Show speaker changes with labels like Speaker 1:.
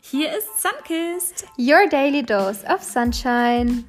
Speaker 1: Hier ist Sunkist.
Speaker 2: Your daily dose of sunshine.